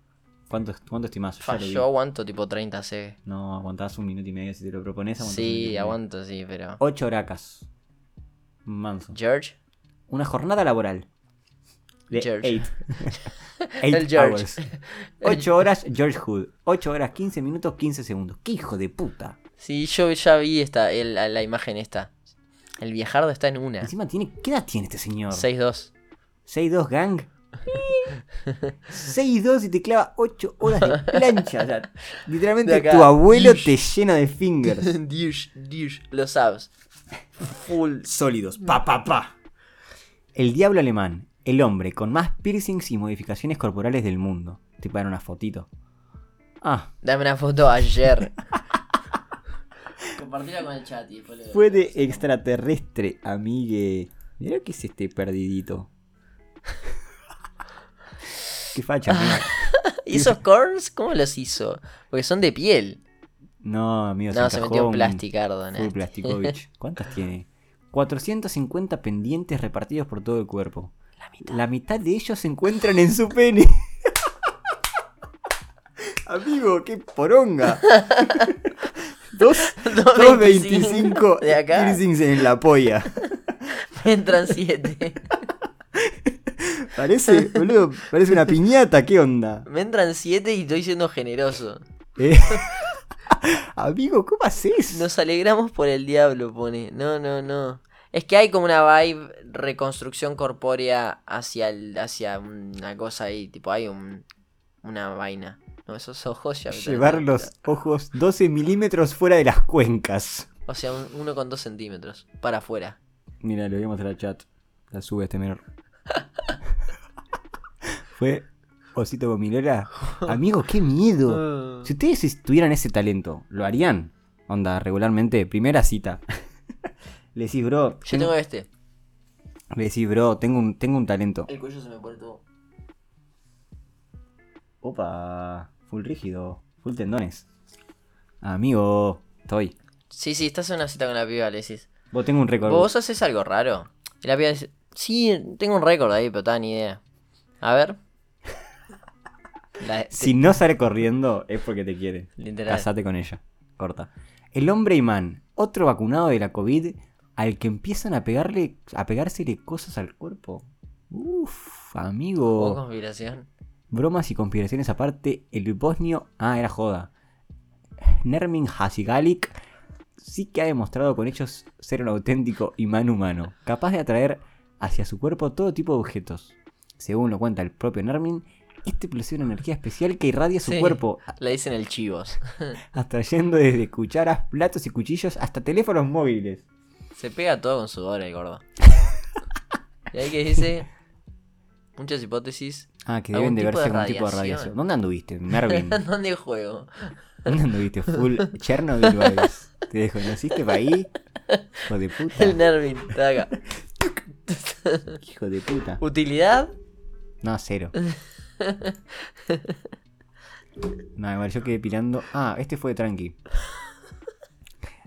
S2: ¿Cuánto, cuánto estimás? Ya lo vi.
S1: Yo aguanto tipo 30 C.
S2: No, aguantás un minuto y medio si te lo propones. aguantás un minuto y
S1: Sí,
S2: medio.
S1: aguanto, sí, pero.
S2: Ocho horacas. Manso.
S1: George,
S2: Una jornada laboral. De
S1: George. [laughs]
S2: Eight. Eight
S1: El George.
S2: hours. Ocho horas George Hood. Ocho horas 15 minutos 15 segundos. ¡Qué hijo de puta!
S1: sí, yo ya vi esta, el- la, la imagen esta. El viejardo está en una.
S2: Encima tiene... ¿Qué edad tiene este señor?
S1: 6-2.
S2: 6-2 gang. 6-2 y te clava 8 horas de plancha. O sea,
S1: De
S2: literalmente
S1: acá.
S2: tu abuelo
S1: Ish.
S2: te llena
S1: [laughs]
S2: de fingers.
S1: Dish, dish, lo sabes. Full.
S2: Sólidos. Pa, pa, pa. El diablo alemán. El hombre con más piercings y modificaciones corporales del mundo. Te pagan una fotito. Ah.
S1: Dame una foto ayer. [laughs] Compartila con el chat y después le-
S2: Fue de extraterrestre, amigue. Mirá que es este perdidito. Qué facha, amigo. [laughs]
S1: ¿Y esos corns cómo los hizo? Porque son de piel.
S2: No, amigo,
S1: No, se
S2: encajó
S1: metió en
S2: un-
S1: plasticardo,
S2: Full
S1: ¿no?
S2: Plastikovich. ¿Cuántas tiene? 450 pendientes repartidos por todo el cuerpo. La mitad. de ellos se encuentran en su pene. [laughs] Amigo, qué [laughs] poronga. Dos,
S1: Dos
S2: dos
S1: 25
S2: 25
S1: de acá.
S2: piercings en la polla.
S1: [laughs] Entran siete.
S2: Parece, boludo, parece una piñata, ¿qué onda?
S1: Me entran siete y estoy siendo generoso.
S2: Eh. Amigo, ¿cómo haces?
S1: Nos alegramos por el diablo, pone. No, no, no. Es que hay como una vibe reconstrucción corpórea hacia, el, hacia una cosa ahí. Tipo, hay un, una vaina. No, esos ojos ya. me están
S2: Llevar
S1: dando-
S2: los ojos 12 milímetros fuera de las cuencas.
S1: O sea, un- uno con dos centímetros. Para afuera.
S2: Mira, lo voy a mostrar al chat. La sube este [laughs] menor. Fue Osito Gomilora. Amigo, qué miedo. Si ustedes tuvieran ese talento, ¿lo harían? Onda, regularmente, primera cita. [laughs] Le decís, bro,
S1: Yo tengo este.
S2: le decís, bro, tengo un, tengo un talento.
S1: El cuello se me pone todo.
S2: Opa, full rígido, full tendones. Amigo, estoy.
S1: Sí, sí, estás en una cita con la piba, le decís.
S2: Vos tengo un récord.
S1: ¿Vos haces algo raro? Y la piba dice, sí, tengo un récord ahí, pero tal, ni idea. A ver. La- te-
S2: Si no sale corriendo es porque te quiere.
S1: literal.
S2: Casate con ella. Corta. El hombre imán, otro vacunado de la COVID al que empiezan a pegarle a pegársele cosas al cuerpo. Uf,
S1: Hubo
S2: amigo.
S1: conspiración.
S2: Bromas y conspiraciones aparte, el bosnio, ah, era joda. Nermin Hasigalic sí que ha demostrado con hechos ser un auténtico imán humano, capaz de atraer hacia su cuerpo todo tipo de objetos. Según lo cuenta el propio Nermin, este posee una energía especial que irradia su
S1: Sí.
S2: cuerpo,
S1: Le dicen el chivos.
S2: atrayendo desde cucharas, platos y cuchillos hasta teléfonos móviles.
S1: Se pega todo con sudor el gordo. y ahí que dice muchas hipótesis.
S2: Ah, que
S1: Algún
S2: deben de
S1: tipo
S2: verse
S1: de
S2: algún tipo de
S1: radiación.
S2: radiación.
S1: [laughs]
S2: ¿Dónde anduviste, Nermin?
S1: ¿Dónde juego?
S2: ¿Dónde anduviste? Full Chernobyl vibes. Te desconociste para ahí. Hijo de puta.
S1: [laughs] El Nervin, está acá.
S2: Hijo de puta.
S1: ¿Utilidad?
S2: No, cero. No, igual yo quedé pirando. Ah, este fue de tranqui.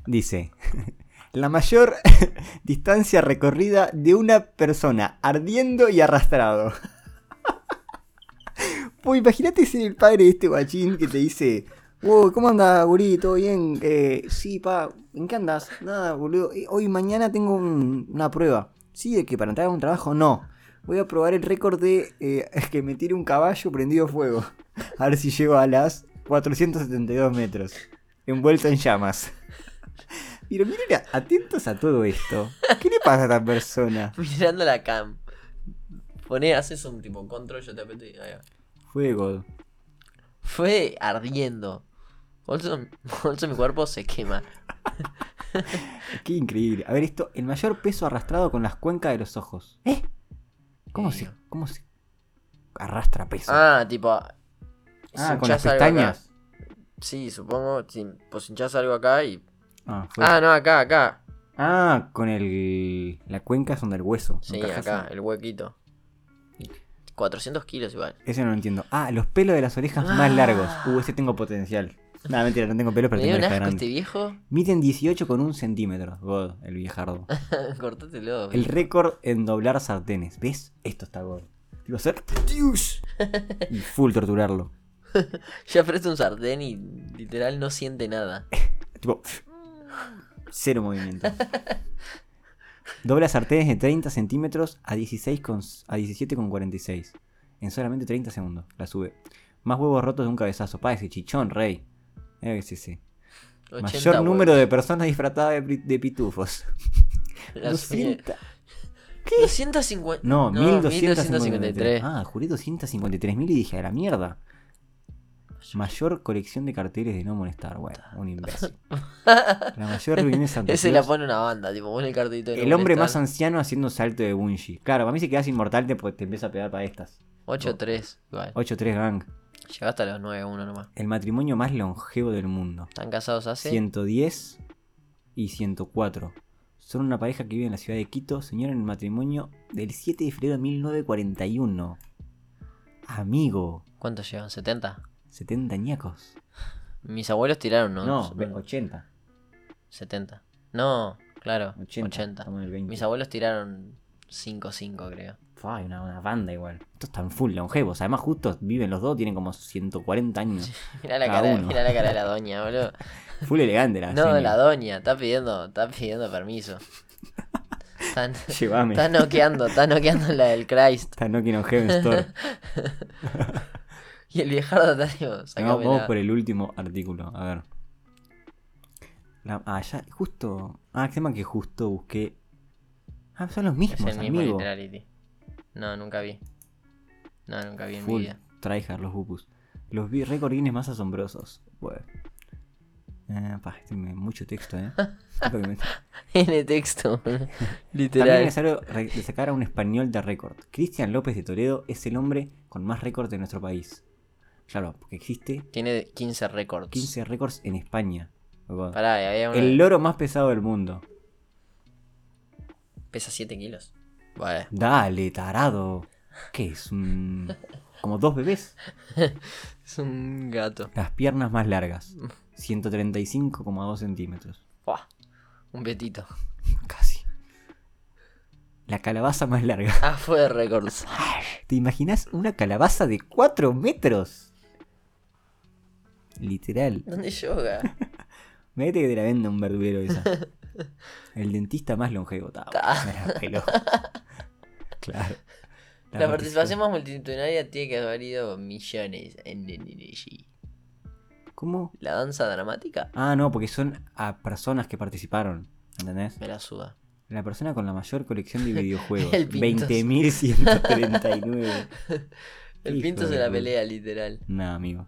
S2: Dice. [laughs] La mayor [laughs] distancia recorrida de una persona ardiendo y arrastrado. Pues imagínate ser el padre de este guachín que te dice. Wow, ¿cómo anda, gurí? ¿Todo bien? Eh, sí, pa, ¿en qué andas? Nada, boludo. Eh, Hoy mañana tengo un- una prueba. ¿Sí? ¿De que para entrar a un trabajo? No. Voy a probar el récord de eh, [laughs] que me tire un caballo prendido fuego. A ver si llego a las 472 metros. Envuelto en llamas. [laughs] Pero miren, atentos a todo esto. ¿Qué le pasa a esta persona?
S1: [laughs] Mirando la cam. Poné, haces un tipo control, yo te apetece. ahí va.
S2: Fuego.
S1: Fue ardiendo. [laughs] Olson, Olson, mi cuerpo se quema.
S2: Qué increíble. A ver esto, el mayor peso arrastrado con las cuencas de los ojos. ¿Eh? ¿Cómo se, cómo se arrastra peso? Ah,
S1: Ah, tipo. si
S2: con
S1: hinchás
S2: las
S1: algo acá-
S2: pestañas.
S1: Sí, supongo. Si, pues hinchás algo acá y.
S2: Ah, fue-
S1: Ah, no, acá, acá.
S2: Ah, con el. La cuenca es donde el hueso.
S1: Sí,
S2: encaja
S1: acá,
S2: así.
S1: el huequito. 400 kilos igual.
S2: Eso no lo entiendo. Ah, los pelos de las orejas
S1: Ah.
S2: más largos. Uh, ese tengo potencial. Nada, mentira, no tengo pelos,
S1: Me
S2: pero
S1: dio
S2: tengo
S1: un
S2: oreja
S1: asco este
S2: grande.
S1: viejo. [laughs]
S2: Miden 18 con un centímetro. God, el viejardo.
S1: Cortátelo.
S2: El récord en doblar sartenes. ¿Ves? Esto está God. Tipo, hacer. ¡Dios! Y full torturarlo.
S1: Ya presta un sartén y literal no siente nada.
S2: Tipo, cero movimiento. Dobla sartenes de 30 centímetros a, 16 con, a 17,46. En solamente 30 segundos. La sube. Más huevos rotos de un cabezazo. Pa, ese chichón, rey. Mira que es ese.
S1: 80
S2: Mayor número
S1: huevos.
S2: de personas disfrazadas de, pri- de pitufos.
S1: [laughs] La serie-
S2: 200.
S1: 250.
S2: No,
S1: 1253.
S2: 1253. Ah, juré 253.000 y dije, a la mierda. Mayor colección de carteles de no molestar. Bueno, un
S1: [laughs]
S2: imbécil. La mayor reunión de Santa
S1: Ese la
S2: Claus.
S1: pone una banda, tipo, pone el cartito
S2: El hombre más anciano haciendo salto de bungee. Claro, para mí si quedas inmortal te, te empieza a pegar para estas.
S1: 8-3, igual.
S2: 8-3 gang.
S1: Llega hasta los 9-1 nomás.
S2: El matrimonio más longevo del mundo.
S1: ¿Están casados hace?
S2: 110 y 104. Son una pareja que vive en la ciudad de Quito, señor en el matrimonio del 7 de febrero de 1941. Amigo,
S1: ¿Cuántos llevan? ¿70?
S2: 70 añacos.
S1: Mis abuelos tiraron unos.
S2: No,
S1: un-
S2: 80.
S1: 70. No, claro, 80.
S2: 80. Estamos en el 20.
S1: Mis abuelos tiraron 5-5, creo. [laughs]
S2: Fua, hay una, una banda igual. Estos están full longevos. Además, justo viven los dos, tienen como 140 años.
S1: Mirá la,
S2: Cada
S1: cara,
S2: uno.
S1: mirá la cara de la doña,
S2: [laughs]
S1: boludo.
S2: Full elegante [laughs] la
S1: No,
S2: señora.
S1: la doña, está pidiendo, está pidiendo
S2: [laughs]
S1: permiso. Están,
S2: Llévame.
S1: está noqueando, está noqueando la del Christ.
S2: Está no on
S1: [laughs]
S2: Heaven Store.
S1: Y el viejardo está tipo,
S2: No,
S1: sacame
S2: vamos
S1: la-
S2: por el último artículo, a ver. La- ah, ya, justo. Ah, el tema que justo busqué. Ah, son los
S1: Es
S2: mismos,
S1: el mismo
S2: amigo.
S1: literality. No, nunca vi. No, nunca vi en mi
S2: Full
S1: vida.
S2: tryhard, los Bupus. Los vi- récord Guinness más asombrosos. Bueno. Eh, pa, este me- mucho texto,
S1: [laughs]
S2: eh. Siento que me-
S1: [laughs] En el texto, [laughs]
S2: También es
S1: literal.
S2: necesario re- destacar a un español de récord. Cristian López de Toledo es el hombre con más récord de nuestro país. Claro, porque existe
S1: Tiene 15 récords.
S2: 15 récords en España. Loco.
S1: Pará, y había uno.
S2: El
S1: que
S2: loro más pesado del mundo.
S1: Pesa 7 kilos. Vale.
S2: Dale, tarado. ¿Qué es? Un- Como dos bebés.
S1: Es un gato.
S2: Las piernas más largas. 135,2 centímetros.
S1: Buah, Un petito.
S2: Casi. la calabaza más larga.
S1: [laughs]
S2: [laughs]
S1: Ah, fue de Records.
S2: ¿Te imaginas una calabaza de 4 metros? Literal.
S1: ¿Dónde [laughs] yoga?
S2: Mete que te la venda un verdulero
S1: [laughs]
S2: esa. El dentista más longevo. Ta,
S1: Ta.
S2: me la
S1: [laughs]
S2: peló. Claro.
S1: La, participación más multitudinaria tiene que haber ido millones en Indonesia.
S2: ¿Cómo?
S1: ¿La danza dramática?
S2: Ah, no, porque son a personas que participaron. ¿Entendés?
S1: Me la suda.
S2: La persona con la mayor
S1: [laughs]
S2: colección de videojuegos.
S1: El Pintos.
S2: 20.139.
S1: El
S2: Hijo
S1: pinto
S2: de
S1: se la
S2: puta.
S1: pelea, literal.
S2: Nah, amigo.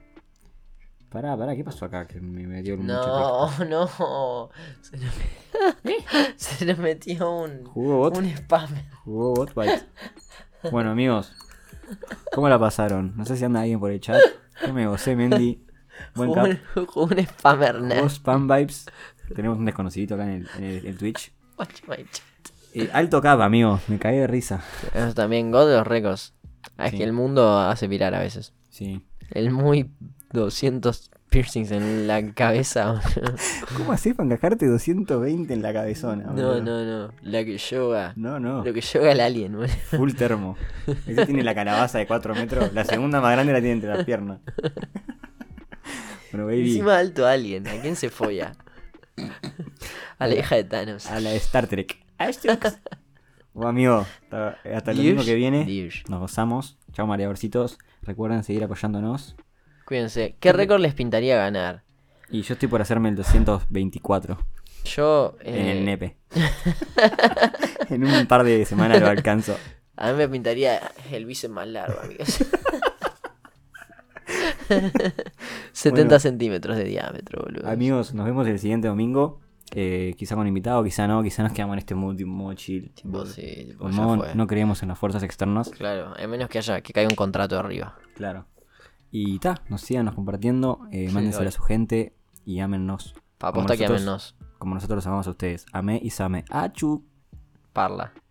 S2: Pará, pará, ¿qué pasó acá? Que me metió el muchacho.
S1: No, [laughs] no. Se nos, [laughs] se nos metió un,
S2: ¿Jugó bot?
S1: un spam.
S2: Jugó bot byte. Bueno, amigos. ¿Cómo la pasaron? No sé si anda alguien por el chat. Yo me gocé, Mendy. Buen
S1: Jugó
S2: cap.
S1: [laughs] un, jugó un spammer. nah.
S2: Jugó spam vibes. Tenemos un desconocidito acá en el, en el- el Twitch.
S1: Guacho, guacho.
S2: Eh, alto cap, amigos. Me caí de risa.
S1: Eso también, God de los récords. Ah, Es
S2: Sí.
S1: que el mundo hace virar a veces.
S2: Sí.
S1: El muy 200 piercings en la cabeza. boludo.
S2: ¿Cómo haces para encajarte 220 en la cabezona?
S1: No,
S2: Ah, boludo?
S1: no, no. La que yoga.
S2: No, no.
S1: Lo que yoga el alien, boludo.
S2: Full termo. Ese tiene la calabaza de 4 metros. La segunda más grande la tiene entre las
S1: [laughs]
S2: piernas. Bueno, baby.
S1: Encima alto alien. ¿A quién se
S2: [laughs]
S1: folla? A la hija de Thanos.
S2: A la de Star Trek. Asterix. Bueno, amigo, hasta, hasta el domingo que viene.
S1: Dios.
S2: Nos gozamos. Chao, mareadorcitos. Recuerden seguir apoyándonos.
S1: Cuídense. ¿Qué récord les pintaría ganar?
S2: Y yo estoy por hacerme el 224
S1: Yo.
S2: en
S1: eh, [laughs]
S2: el nepe. en un par de semanas lo alcanzo.
S1: A mí me pintaría el bíceps más largo,
S2: [laughs]
S1: amigos. 70
S2: Bueno.
S1: centímetros de diámetro, boludo.
S2: Amigos, nos vemos el siguiente domingo. Eh, quizá con invitado, quizá no. Quizá nos quedamos en este mood, modo chill.
S1: Tipo, sí, tipo, Pues ya
S2: no,
S1: fue.
S2: no creemos en las fuerzas externas.
S1: Claro, a menos que haya que caiga un contrato arriba.
S2: Claro. Y ta, nos síganos compartiendo. Eh,
S1: Sí,
S2: mándensela
S1: dale.
S2: a su gente. Y ámennos.
S1: Pa'
S2: Como
S1: aposta que
S2: nosotros-
S1: menos
S2: como nosotros los amamos a ustedes. Amé y Same. Achu.
S1: Parla.